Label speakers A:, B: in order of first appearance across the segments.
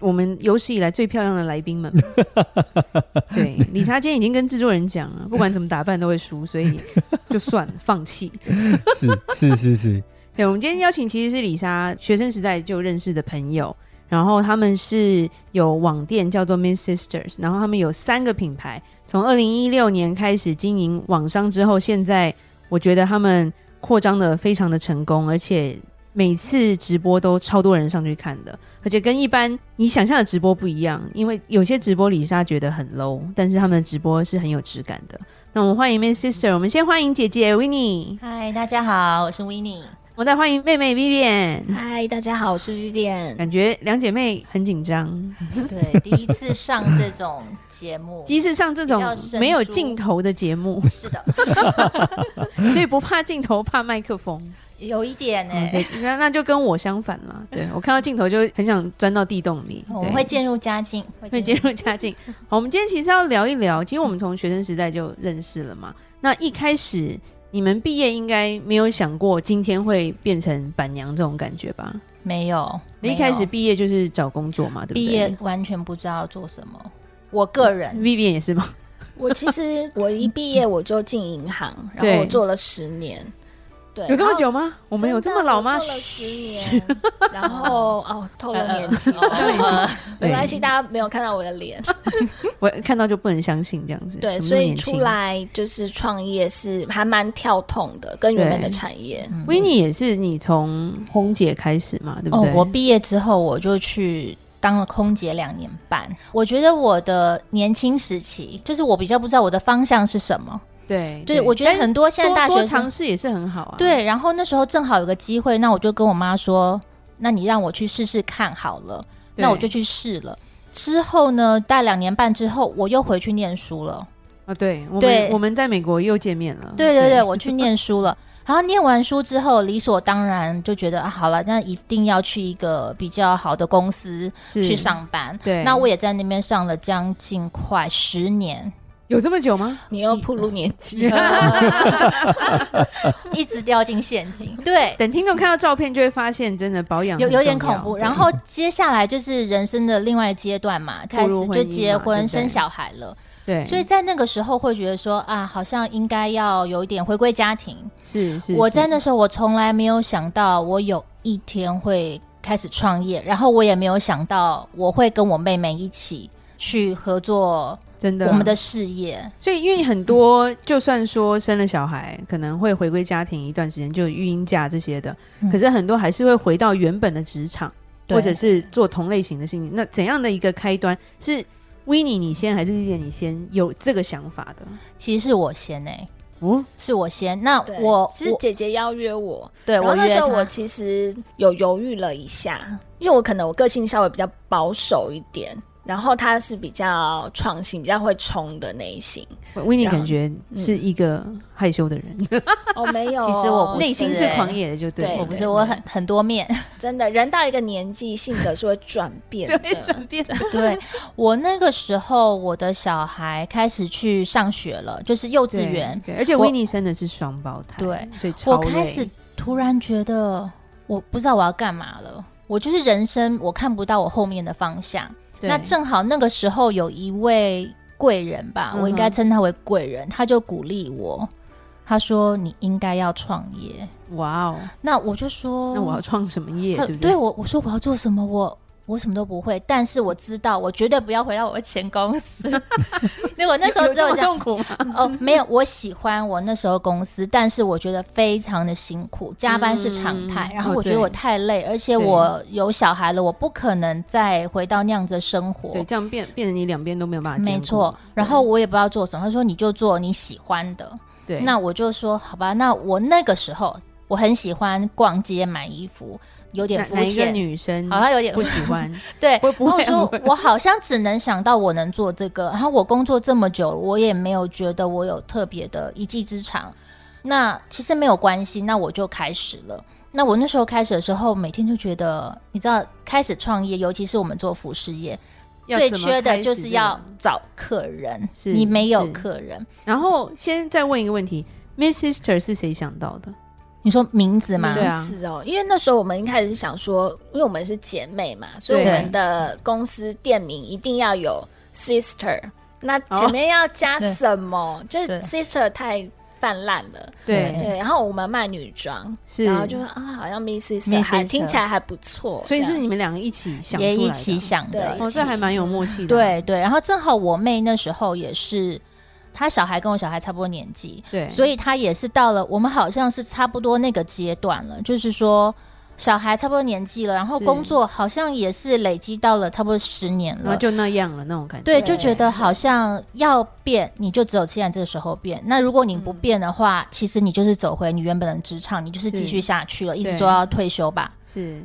A: 我们有史以来最漂亮的来 宾们。对，李莎今天已经跟制作人讲了，不管怎么打扮都会输，所以就算了，放弃。
B: 是是是 是，
A: 对，我们今天邀请其实是李莎学生时代就认识的朋友，然后他们是有网店叫做 Miss Sisters，然后他们有三个品牌，从二零一六年开始经营网商之后，现在我觉得他们扩张的非常的成功，而且每次直播都超多人上去看的，而且跟一般你想象的直播不一样，因为有些直播李莎觉得很 low，但是他们的直播是很有质感的。那我们欢迎 Miss Sister，我们先欢迎姐姐 w i n n i
C: 嗨，大家好，我是 w i n n i
A: 我再欢迎妹妹 Vivian。
C: 嗨，大家好，我是 Vivian。
A: 感觉两姐妹很紧张，
C: 对，第一次上这种节 目，
A: 第一次上这种
C: 比较生疏
A: 没有镜头的节 目，
C: 是的，
A: 所以不怕镜头，怕麦克 风。
C: 有一点欸呢、
A: 嗯对，那那就跟我相反了。 对我看到镜头就很想钻到地洞里。
C: 我
A: 对
C: 们会渐入佳境，
A: 会渐入佳 境。好，我们今天其实要聊一聊，其实我们从学生时代就认识了嘛。那一开始你们毕业应该没有想过今天会变成板娘这种感觉吧？
C: 没有，
A: 你
C: 没
A: 一
C: 有
A: 开始毕业就是找工作嘛，对不对？
C: 毕业完全不知道做什么。我个人，
A: Vivian 也是吗？
D: 我其实我一毕业我就进银行，然
A: 对
D: 后我做了十年，对，
A: 有这么
D: 然后？
A: 久吗？我们有这么老吗
D: 真的？我做了十年，然后哦，透露年纪，
C: 呃
D: 没关
A: 对
D: 系，大家没有看到我的脸，
A: 我看到就不能相信这样子。
D: 对，
A: 怎么那么
D: 所以
A: 年轻啊
D: 出。来就是创业是还蛮跳痛的，跟原本的
A: 对
D: 产业，
A: 维尼也是你从红姐开始嘛，对不
C: 哦
A: 对？，
C: 我毕业之后我就去。当了空姐两年半，我觉得我的年轻时期，就是我比较不知道我的方向是什么。
A: 对
C: 对，我觉得很多现在
A: 多
C: 大学
A: 多
C: 生
A: 尝试也是很好啊。
C: 对，然后那时候正好有个机会，那我就跟我妈说：“那你让我去试试看好了。”
A: 对，
C: 那我就去试了。之后呢，大概两年半之后，我又回去念书了。
A: 啊，对，我们
C: 对
A: 我们在美国又见面了。
C: 对对对，我去念书了。然后念完书之后，理所当然就觉得啊，好了，那一定要去一个比较好的公司
A: 是
C: 去上班。
A: 对
C: 那我也在那边上了将近快十 年，
A: 有这么久吗？
D: 你又暴露年纪，
C: 嗯一直掉进陷阱。对，
A: 等听众看到照片就会发现，真的保养
C: 有
A: 很
C: 有点
A: 重要
C: 恐怖。
A: 对
C: 然后接下来就是人生的另外阶段嘛，开
A: 入
C: 始
A: 婚
C: 就
A: 姻
C: 结
A: 嘛对
C: 婚
A: 不对
C: 生小孩了，
A: 对，
C: 所以在那个时候会觉得说啊，好像应该要有一点回归家庭。
A: 是是
C: 我在
A: 是
C: 那时候我从来没有想到我有一天会开始创业，然后我也没有想到我会跟我妹妹一起去合作
A: 真的啊
C: 我们的事业。
A: 所以，因为很多，就算说生了小孩，可能会回归家庭一段时间，就有育婴假这些的，
C: 嗯
A: 可是很多还是会回到原本的职场，
C: 对
A: 或者是做同类型的事情。那怎样的一个开端是 w i n n i 你先，还是 l i 你先有这个想法的？
C: 其实是我先哎、
A: 哦，
C: 是我先。那
D: 对，
C: 我
D: 是
C: 我
D: 姐姐邀约我，
C: 对
D: 然后
C: 我
D: 那
C: 约
D: 时候我
C: 她，
D: 其实有犹豫了一下，因为我可能我个性稍微比较保守一点，然后他是比较创新、比较会冲的类型。
A: w i n n i
D: 然后
A: 感觉
C: 嗯
A: 是一个害羞的人，
D: 哦，没有哦，
C: 其实我不
A: 内心是
C: 欸
A: 狂野的，就对了，
D: 对
C: 我不
D: 对
C: 是我很很多面。
D: 真的人到一个年纪，性格是会转 变
A: 就
D: 的。
A: 会转 变。
C: 对我那个时候，我的小孩开始去上学了，就是幼稚
A: 对
C: 园。，
A: 对而且
C: 我
A: w i n n i 生的是双胞胎，
C: 对，
A: 所以超
C: 我开
A: 累
C: 始突然觉得，我不知道我要干嘛了。我就是人生，我看不到我后面的方向。
A: 对
C: 那正好那个时候有一位贵人吧，我应
A: 嗯
C: 该
A: 哼
C: 称他为贵人，他就鼓励我，他说你应该要创业。
A: 哇哦，
C: 那我就说，
A: 那我要创什么业，
C: 他
A: 对不
C: 呃对？我我说我要做什么，我我什么都不会，但是我知道，我绝对不要回到我的前公司。 那我那时候
A: 有
C: 只有
A: 这么
C: 这
A: 痛
C: 样
A: 苦吗？
C: 哦，没有，我喜欢我那时候公司，但是我觉得非常的辛苦，加班是常态。
A: 嗯
C: 然
A: 哦
C: 后我觉得我
A: 对
C: 太累，而且我有小孩了，我不可能再回到那样子的生活
A: 对，。这样变变成你两边都没有办法兼顾。
C: 没错，然后我也不知道做什么，他说你就做你喜欢的。
A: 对，
C: 那我就说好吧，那我那个时候我很喜欢逛街买衣服，有点
A: 哪
C: 肤
A: 哪一个
C: 浅，
A: 女生
C: 好像 有点
A: 不喜 欢？
C: 对，
A: 会不会
C: 然后我
A: 会
C: 说我好像只能想到我能做这个，然后我工作这么久，我也没有觉得我有特别的一技之长。那其实没有关系，那我就开始了。那我那时候开始的时候，每天就觉得，你知道，开始创业，尤其是我们做服饰业，
A: 要
C: 最
A: 怎么
C: 缺
A: 开
C: 的
A: 始
C: 就是
A: 这
C: 要
A: 个
C: 找客人，
A: 是
C: 你没有
A: 是
C: 客人。
A: 然后先再问一个问题，Miss Sister 是谁想到的？
C: 你说名字吗？
A: 对啊
D: 是哦，因为那时候我们一开始是想说，因为我们是姐妹嘛，所以我
A: 对
D: 们的公司店名一定要有 sister。那前面要加
C: 对
D: 什么？就是
C: 对
D: sister 太泛滥了。
A: 哦对，
D: 对，然后我们卖女装，
A: 是，
D: 然后就是啊，好像 Miss Sister
C: Miss
D: 还
C: Sister
D: 听起来还不错，
A: 所以
D: 这
A: 是
D: 样
A: 你们两个一起想出来
C: 也
A: 的
C: 一起想的
D: 对，
A: 哦，这还蛮有默契的。
C: 对对，然后正好我妹那时候也是，她小孩跟我小孩差不多年纪，
A: 对，
C: 所
A: 以
C: 以她也是到了我们好像是差不多那个阶段了，就是说小孩差不多年纪了，然后
A: 是
C: 工作好像也是累积到了差不多十年
A: 然后
C: 了。
A: 就那样了那种感觉。
C: 对，就觉得好像要变，你就只有现在这个时候变。那如果你
A: 嗯
C: 不变的话，其实你就是走回你原本的职场，你就是继
A: 是
C: 续下去了，一直
A: 对
C: 做到退休吧。
A: 是，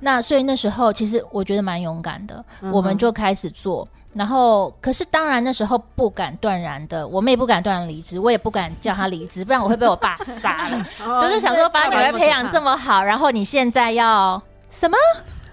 C: 那所以那时候其实我觉得蛮勇敢的，
A: 嗯哼
C: 我们就开始做。然后，可是当然那时候不敢断然的，我们也不敢断然离职，我也不敢叫他离职，不然我会被我爸杀 了。
A: 哦
C: 就是想说把女儿培养这
A: 么
C: 么好，然后你现在要什么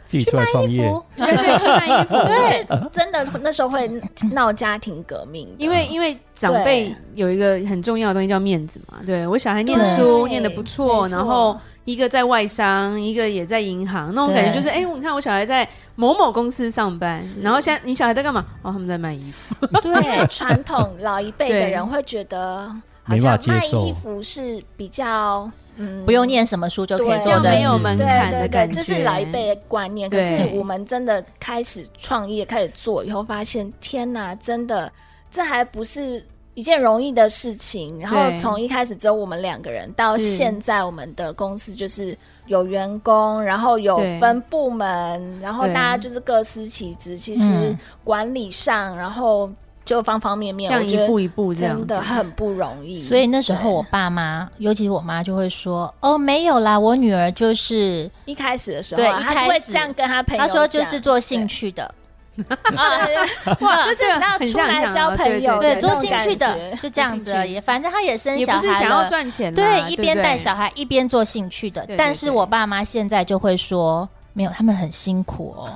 B: 自己出来创业，
C: 服？
A: 对对去卖衣 服，对，
D: 真的那时候会闹家庭革命，
A: 因为因为长辈有一个很重要的东西叫面子嘛。对我小孩念书
D: 对
A: 念的不错，
D: 没错
A: 然后一个在外商，一个也在银行，那种感觉就是，哎，你看我小孩在某某公司上班，然后现在你小孩在干嘛？哦，他们在卖衣服。
D: 对传统老一辈的
A: 对
D: 人会觉得，好
B: 没办法
D: 像
B: 接
D: 卖
B: 受
D: 衣服是比较嗯
C: 不用念什么书就可以
D: 对
C: 做
A: 啊就
C: 的
A: 没
C: 事
A: 有门槛的
D: 对对
A: 感
D: 对，
A: 觉，
D: 这是老一辈的观念。可是
A: 对
D: 我们真的开始创业、开始做以后，发现天哪，真的这还不是一件容易的事情。然后
A: 对
D: 从一开始只有我们两个人，到
A: 是
D: 现在我们的公司就是有员工，然后有
A: 对
D: 分部门，然后
A: 对
D: 大家就是各司其职。其实
C: 嗯
D: 管理上，然后就方方面
A: 这
D: 面，
A: 样
D: 我
A: 一
D: 觉得
A: 步一步这样
D: 真
A: 子
D: 的很不容易。
C: 所以那时候
D: 对
C: 我爸妈，尤其是我妈就会说：“哦，没有啦，我女儿就是，
D: 一开始的时候
C: 对
D: 啊，
C: 一
D: 他
C: 开
D: 不会
C: 始
D: 这样跟他朋友
C: 她
D: 讲，
C: 说就是做兴
D: 对
C: 趣的，
A: 哇，就是
D: 要
A: 很
D: 出
A: 像
D: 来
A: 很像
D: 交
A: 哦
D: 朋
A: 对
D: 友
C: 对，
D: 的
C: 做
D: 那种
C: 兴
D: 感
C: 趣的
D: 觉
C: 就这样
A: 兴
C: 子而
A: 趣
C: 已。反正她也生
A: 也
C: 小
A: 不
C: 孩
A: 是想要
C: 了
A: 赚钱啦，啊
C: 对，一边
A: 不对
C: 带小孩一边做兴趣的。
A: 对对
C: 但是
A: 对
C: 我爸妈现在就会说。没有，他们很辛苦 哦，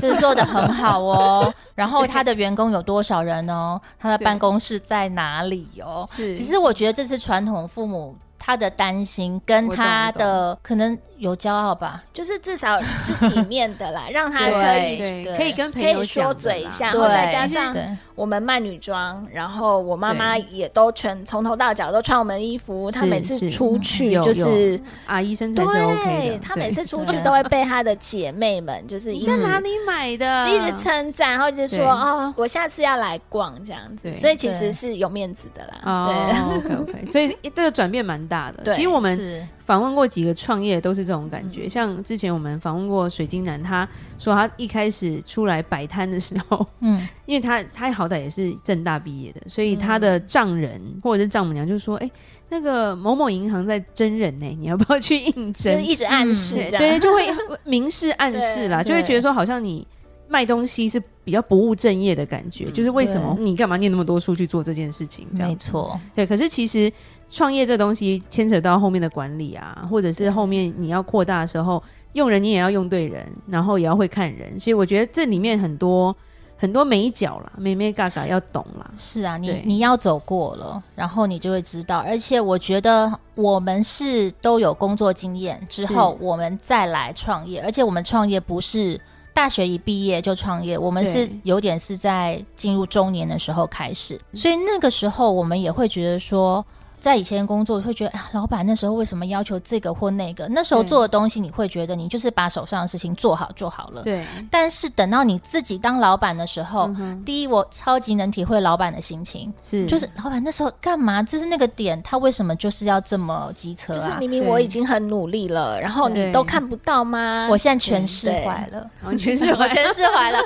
C: 就是做的很好哦。然后他的员工有多少人哦？他的
A: 对
C: 办公室在哪里哦？
A: 是，
C: 其实我觉得这是传统父母他的担心，跟
A: 我懂
C: 他
A: 我懂
C: 的可能有骄傲吧。
D: 就是至少是体面 的啦，让他可
C: 对
D: 以
A: 对
C: 对
A: 可以跟朋
D: 可
A: 友
D: 以
A: 讲
D: 说
A: 的
D: 嘴
A: 啦
D: 一下，然
C: 对
D: 后再加
A: 其实
D: 上
C: 对，
D: 我们卖女装，然后我妈妈也都全从头到脚都穿我们衣服，她
A: 是
D: 每次
A: 是
D: 出去
A: 有
D: 就是
A: 阿姨身材是 OK
D: 对
A: 的，，
D: 她
A: 对
D: 每次出去
C: 对
D: 都会被她的姐妹们就是一
A: 你
D: 直
A: 在哪里买 的？
D: 一直称赞，然后一直说
A: 对
D: 哦，我下次要来逛这样子
A: 对，
D: 所以其
C: 对
D: 实是有面子的啦，
A: 哦，OK OK，所以这个转变蛮大的。
D: 对
A: 其实我们
C: 是
A: 访问过几个创业都是这种感觉，像之前我们访问过水晶男，他说他一开始出来摆摊的时候，
C: 嗯，
A: 因为他他好歹也是正大毕业的，所以他的丈人或者是丈母娘就说：“哎、那个某某银行在征人呢、你要不要去应
D: 对，就是
A: 征
D: 一直暗
C: 嗯
D: 示
A: 对？”
D: 这
A: 对，
D: 样，
A: 就会 明示暗示啦，
C: 对
A: 就会觉得说好像你卖东西是比较不务正业的感觉，就是为什么你干嘛念那么多书去做这件事情？这
C: 嗯没
A: 样
C: 错。
A: 对，可是其实创业这东西牵扯到后面的管理啊，或者是后面你要扩大的时候，用人你也要用对人，然后也要会看人，所以我觉得这里面很多很多美角啦，美美嘎嘎要懂啦。
C: 是啊，你
A: 对
C: 你要走过了，然后你就会知道。而且我觉得我们是都有工作经验之后，我们再来创业。而且我们创业不是大学一毕业就创业，我们
A: 对嗯
C: 是有点是在进入中年的时候开始，所以那个时候我们也会觉得说。在以前工作会觉得啊，老板那时候为什么要求这个或那个？那时候
A: 对
C: 做的东西，你会觉得你就是把手上的事情做好就好了。
A: 对，
C: 但是等到你自己当老板的时候，
A: 嗯哼
C: 第一，我超级能体会老板的心情，
A: 是
C: 就是老板那时候干嘛？就是那个点，他为什么就是要这么机车
D: 就是
C: 啊？
D: 明明我已经很努力了，然后
A: 对
D: 你都看不到吗？
C: 我现在全释怀了，
A: 完全是
C: 我全释怀了。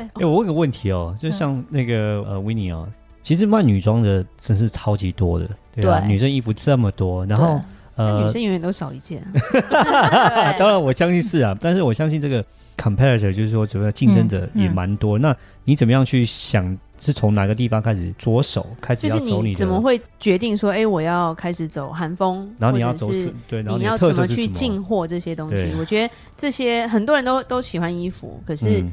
B: 哎、我问个问题哦，就像那个、呃维尼哦，其实卖女装的真是超级多的，对吧、
C: 对
B: 女生衣服这么多，然后
A: 那女
B: 呃，
A: 生永远都少一件啊、
B: 啊当然我相信是 啊，但是我相信这个 competitor 就是说，主要竞争者
C: 嗯
B: 也蛮多。那你怎么样去想？是从哪个地方开始着手，开始
A: 就
B: 要
A: 是
B: 走
A: 你
B: 的？
A: 怎么会决定说，哎、我要开始走韩风，
B: 然后你要
A: 或者
B: 走
A: 是
B: 是对，然后
A: 你
B: 的
A: 要
B: 特
A: 怎
B: 色
A: 么
B: 是
A: 去
B: 什么
A: 进货这些东西
B: 对？
A: 我觉得这些很多人都都喜欢衣服，可是
B: 嗯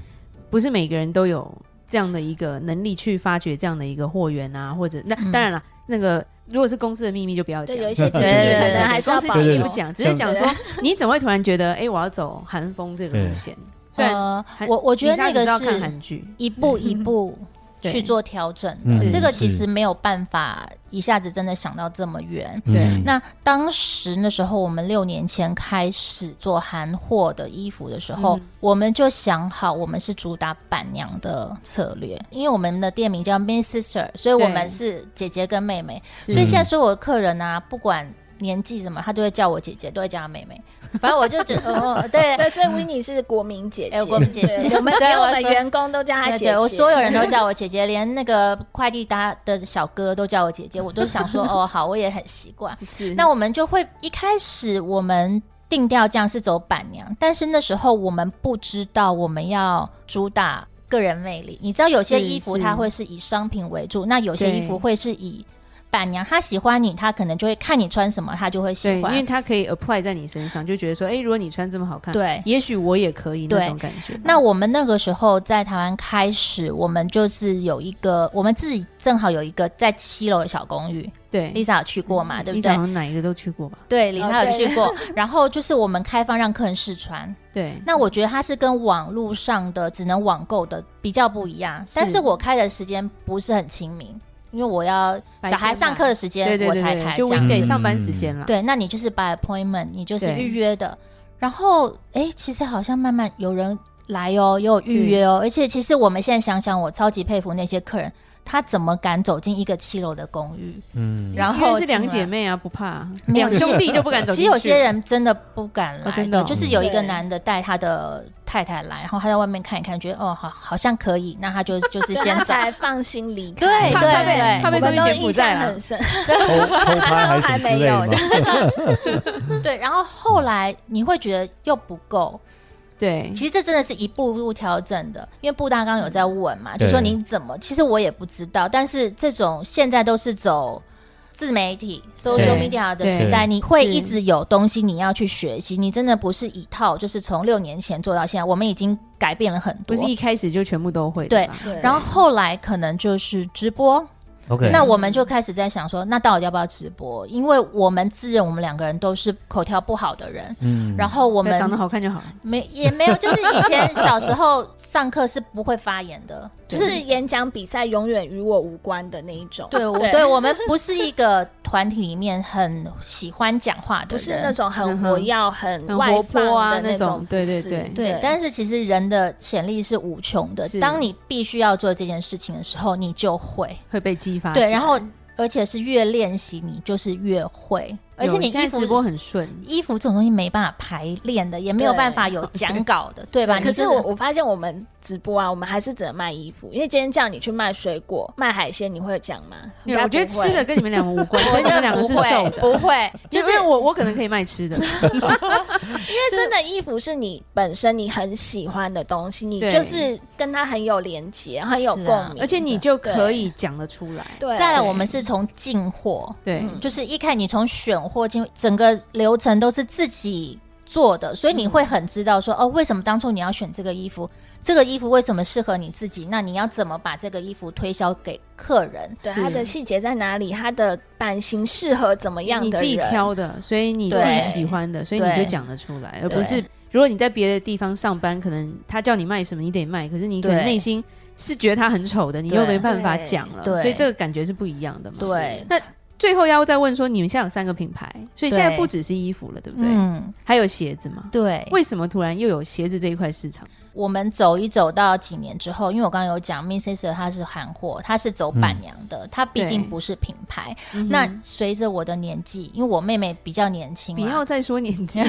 A: 不是每个人都有这样的一个能力去发掘这样的一个货源啊，或者那、
C: 嗯
A: 当然了，那个如果是公司的秘密就不要讲
D: 对，。有 一些机密
B: 对对对
D: 可
A: 对
D: 能还是要
A: 公司
D: 保
A: 机密
B: 留
A: 不
D: 留。
A: 讲，只是讲说
D: 对
A: 你怎么会突然觉得，哎，我要走韩风这个路线？虽然
C: 呃
A: 还
C: 我我觉得
A: 你
C: 那
A: 知道
C: 个
A: 看
C: 是
A: 韩剧，
C: 一步一步
A: 对
C: 去做调整
B: 嗯
C: 的，
A: 是
C: 这个
B: 是
C: 其实没有办法一下子真的想到这么远。
A: 对
B: 嗯
C: 那当时那时候，我们六年前开始做韩货的衣服的时候，
A: 嗯
C: 我们就想好，我们是主打板娘的策略，因为我们的店名叫 Miss Sister，所以我
A: 对
C: 们是姐姐跟妹妹，
A: 所
C: 所以现在所有的客人啊，不管年纪什么，他都会叫我姐姐，都会叫她妹妹。反正我就觉得， 哦，对，
D: 对，所以 w i n n i 是国民姐姐，
C: 哎国民姐姐
D: 对我们
C: 对
D: 连我
C: 我
D: 们
C: 说
D: 员工都叫她
C: 对
D: 姐姐，
C: 对，我所有 人都叫我姐姐，连那个快递搭的小哥都叫我姐姐，我都想说哦好，我也很习惯。
A: 是
C: 那我们就会一开始我们定调这样是走板娘，但是那时候我们不知道我们要主打个人魅力。你知道有些
A: 是
C: 衣服
A: 是
C: 它会是以商品为主，那有些
A: 对
C: 衣服会是以板娘，她喜欢你，她可能就会看你穿什么，她就会喜
A: 对，因
C: 欢。
A: 为它可以 apply 在你身上，就觉得说，哎，如果你穿这么好看，
C: 对
A: 也许我也可以
C: 对
A: 那种感觉。
C: 那我们那个时候在台湾开始，我们就是有一个，我们自己正好有一个在七楼的小公寓
A: 对，
C: ，Lisa 有去过嘛，对不
A: 你早
C: 对？
A: 上哪一个都去过吧？
C: 对，Lisa
D: 哦
C: 有
D: 对
C: 去 过。然后就是我们开放让客人试穿，
A: 对，
C: 那我觉得它是跟网络上的只能网购的比较不一样，但是我开的时间不是很亲民，因为我要
A: 白天
C: 小孩上课的时
A: 对
C: 间
A: 对
C: 我
A: 对
C: 才
A: 对，
C: 开，
A: 就
C: 这样
A: weekday
B: 子
A: 上班时间啦。
C: 对，那你就是 by appointment，你就是
A: 对
C: 预约的。然后，哎，其实好像慢慢有人来哦，也有
A: 是
C: 预约哦。而且，其实我们现在想想，我超级佩服那些客人，他怎么敢走进一个七楼的公寓？
B: 嗯
C: 然
A: 因为
C: 后
A: 是
C: 进
A: 两
C: 来
A: 姐。妹啊，不怕，
C: 没有
A: 两兄弟就不敢走
C: 其
A: 进去。
C: 实有些人真的不敢来的，
A: 哦真的哦
C: 就是有一个
D: 对
C: 男的带他的太太来，然后他在外面看一看，觉得哦好好像可以，那他就就是
D: 对
C: 先
D: 她
C: 走。
D: 才放心离开。
C: 对
A: 怕
C: 对
A: 怕被
C: 对
A: 怕被
D: 我
A: 送
D: 们
A: 去
D: 都
A: 柬埔
D: 印
A: 寨
D: 象
A: 了
D: 很。深，
B: 偷 偷拍还是什么之类的
D: 那
B: 吗？
C: 对，然后后来你会觉得又不够，
A: 对，
C: 其实这真的是一步步调整的，因为布大刚有在问
A: 嗯
C: 嘛，就
B: 对
C: 说你怎么，其实我也不知道，但是这种现在都是走。自媒体、social
A: 对
C: media 的
A: 对
C: 时代，你会
A: 是
C: 一直有东西你要去学习，你真的不是一套，就是从六年前做到现在，我们已经改变了很
A: 不
C: 多。
A: 是一开始就全部都会的
C: 对
A: 啦。
D: 对
C: 然后后来可能就是直播，
B: OK，
C: 那我们就开始在想说，那到底要不要直播？因为我们自认我们两个人都是口条不好的人，
B: 嗯
C: 然后我
A: 我
C: 们
A: 长得好看就好。
C: 没也没有，就是以前小时候上课是不会发言 的，就
D: 就是是演讲比赛永远与我无关的那一种。
C: 对我对我们不是一个团体里面很喜欢讲话的人，
D: 不是那种
A: 嗯
D: 很
A: 哼
D: 活跃、很
A: 很
D: 外
A: 活
D: 放
A: 泼啊
D: 的
A: 那种
D: 种，
A: 对对
D: 不是
A: 对
C: 对，但是其实人的潜力是无穷的
A: 是。
C: 当你必须要做这件事情的时候，你就会
A: 会被激发起来。
C: 对，然后而且是越练习，你就是越会，而且
A: 有
C: 你衣
A: 现在
C: 服
A: 直播很顺，
C: 衣服这种东西没办法排练的，也没有
D: 对
C: 办法有讲稿的，对吧？你
D: 可是
C: 就
D: 我我发现我们直播啊，我们还是只能卖衣服，因为今天叫你去卖水果、卖海鲜，你会讲吗？
A: 没有我觉得
D: 应该不会
A: 吃的跟你们两个无 关，所以
C: 我
A: 你
C: 真
A: 们
C: 的
A: 两个是
C: 不会
A: 瘦的。
C: 不会，
A: 就是我，我可能可以卖吃的，
D: 因为真的衣服是你本身你很喜欢的东西，你
A: 对
D: 就是跟它很有连接，很有
C: 是
D: 共
C: 啊
D: 鸣，
A: 而且你就可以讲得出来。
D: 对。
C: 再来，我们是从进货，
A: 对，
D: 嗯
C: 就是一开始你从选货进，整个流程都是自己做的，所以你会很知道说，哦，为什么当初你要选这个衣服，这个衣服为什么适合你自己，那你要怎么把这个衣服推销给客人？
D: 对
A: 是
D: 它的细节在哪里，它的版型适合怎么样的
A: 你
D: 人，
A: 自己挑的，所以你自己
C: 对
A: 喜欢的，所以你
C: 对
A: 就讲得出来，而不是如果你在别的地方上班，可能他叫你卖什么，你得卖，可是你可能
C: 对
A: 内心是觉得他很丑的，你又
C: 对
A: 没办法讲了，
C: 对
A: 所以这个感觉是不一样的嘛。
C: 对，
A: 那最后要再问说，你们现在有三个品牌，所以现在
C: 对
A: 不只是衣服了，对不对？
C: 嗯，
A: 还有鞋子嘛？
C: 对。
A: 为什么突然又有鞋子这一块市场？
C: 我们走一走到几年之后，因为我刚刚有讲，Miss Sister 它是韩货，它是走板娘的，它毕竟
A: 对
C: 不是品牌。
A: 嗯嗯哼
C: 那随着我的年纪，因为我妹妹比较年轻
A: 不
C: 嘛，
A: 要再说年纪，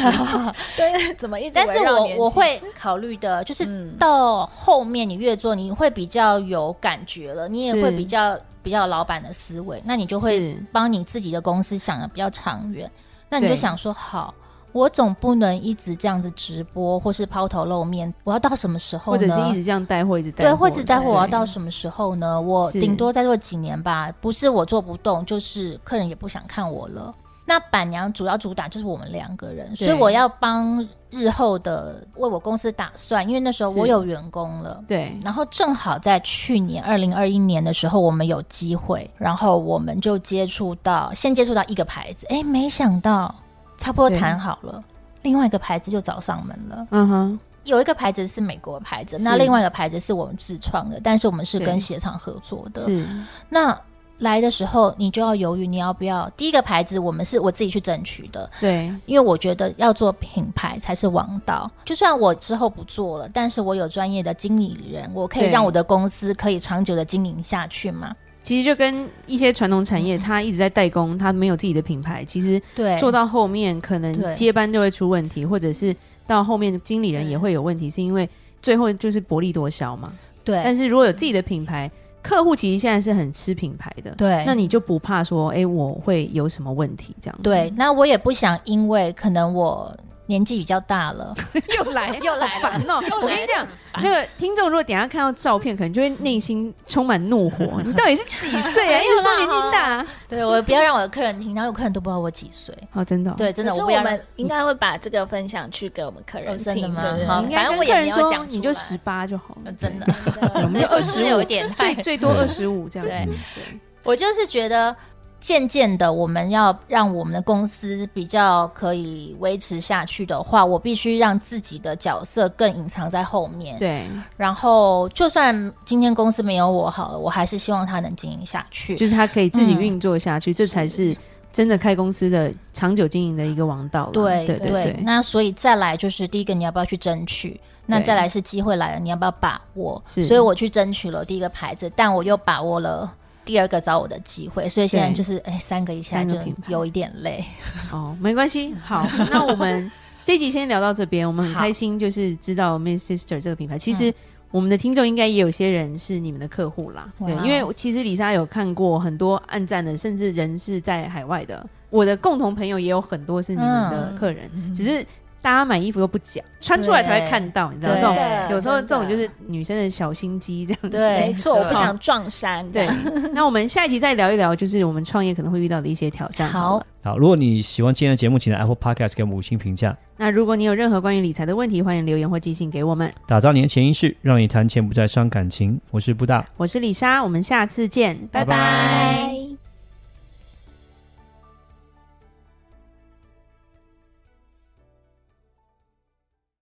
D: 对，怎么一直
C: 但
D: 围绕
C: 是
D: 年纪？
C: 我我会考虑的，就是
D: 嗯，
C: 到后面你越做，你会比较有感觉了，你也
A: 是
C: 会比 较比较有老板的思维，那你就会
A: 是
C: 帮你自己的公司想的比较长远。那你就
A: 对
C: 想说，好，我总不能一直这样子直播或是抛头露面，我要到什么时候
A: 或
C: 呢？
A: 者是一直这样带货，一直带货，
C: 对，或者待会我要
A: 对
C: 到什么时候呢？我
A: 是
C: 顶多再做几年吧，不是我做不动，就是客人也不想看我了。那板娘主要主打就是我们两个人，所以
A: 对
C: 我要帮日后的为我公司打算，因为那时候
A: 是
C: 我有员工了。
A: 对
C: 然后正好在去年二零二一年的时候，我们有机会，然后我们就接触到，先接触到一个牌子，哎，没想到差不多
A: 对
C: 谈好了，另外一个牌子就找上门了。
A: 嗯哼，
C: 有一个牌子是美国的牌子，
A: 是
C: 那另外一个牌子是我们自创的，但是我们是
A: 对
C: 跟鞋厂合作的。
A: 是
C: 那来的时候，你就要犹豫你要不要。第一个牌子我们是我自己去争取的，
A: 对
C: 因为我觉得要做品牌才是王道。就算我之后不做了，但是我有专业的经理人，我可以
A: 对
C: 让我的公司可以长久的经营下去嘛。
A: 其实就跟一些传统产业，它一直在代工，它没有自己的品牌，其实
C: 嗯对，
A: 做到后面可
C: 对
A: 能接班就会出问题，或者是到后面经理人也会有问题，是因为最后就是薄利多销嘛。但
C: 对
A: 是如果有自己的品牌，客户其实现在是很吃品牌的，
C: 对，
A: 那你就不怕说，哎、我会有什么问题这样子？
C: 对，，那我也不想因为可能我年纪比较大了，
A: 又来
C: 又来
A: 好
C: 了
A: 烦哦、我跟你讲，那个听众如果等一下看到照片，可能就会内心充满怒 火。你到底是几岁啊？一
C: 没有啦
A: 直说年纪大、啊，
C: 对我不要让我的客人听到，有客人都不知道我几岁。
A: 哦，真的哦、
C: 对，真的，
D: 可是
C: 不
D: 我
C: 要让
D: 们 应该会把这个分享去给我们客人
C: 哦
D: 听，
C: 真的吗
D: 对对
C: 好
A: 你应
D: 对
A: 该
C: 反正
A: 跟
C: 我也
A: 客
C: 没
A: 人
C: 有
A: 说
C: 讲，出
A: 你就
C: 来
A: 十八就好了
C: 呃，真的，
A: 我们
C: 对
A: 25
C: 是有一点
A: 最
C: 太。
A: 最多
B: 对
A: 二十五这样子。对
C: 我就是觉得，渐渐的，我们要让我们的公司比较可以维持下去的话，我必须让自己的角色更隐藏在后面。，
A: 对，
C: 然后就算今天公司没有我好了，我还是希望它能经营下去。
A: 就是他可以自己
C: 嗯
A: 运作下去，这才是真的开公司的长久经营的一个王道了。
C: 对
A: 对对，
C: 那所以再来就是第一个，你要不要去争取？那
A: 对
C: 再来是机会来了，你要不要把握？
A: 是
C: 所以我去争取了第一个牌子，但我又把握了第二个找我的机会，所以现在
A: 对
C: 就是哎，三个一下
A: 三个
C: 就
A: 品牌
C: 有一点累。
A: 哦，没关系。好，那我们这一集先聊到这边。我们很
C: 好
A: 开心，就是知道 Miss Sister 这个品牌。其实我们的听众应该也有些人是你们的客户啦，
C: 哇
A: 对，因为其实李莎有看过很多暗赞的，甚至人是在海外的。我的共同朋友也有很多是你们的客人，只是大家买衣服都不讲，穿出来才会看到，你知道这种。
D: 对
A: 有时候这
D: 真的
A: 种就是女生的小心机这样子。
C: 对
D: 没错，我不
C: 对
D: 想撞衫。
A: 对，那我们下一集再聊一聊，就是我们创业可能会遇到的一些挑战。
C: 好
A: 了，
B: 好，如果你喜欢今天的节目，请在 Apple Podcast 给我们五星评价，
A: 那如果你有任何关于理财的问题，欢迎留言或寄信给我们。
B: 打造你的潜意识，让你谈钱不再伤感情。我是布大，
A: 我是李莎，我们下次见，拜
B: 拜
D: 拜。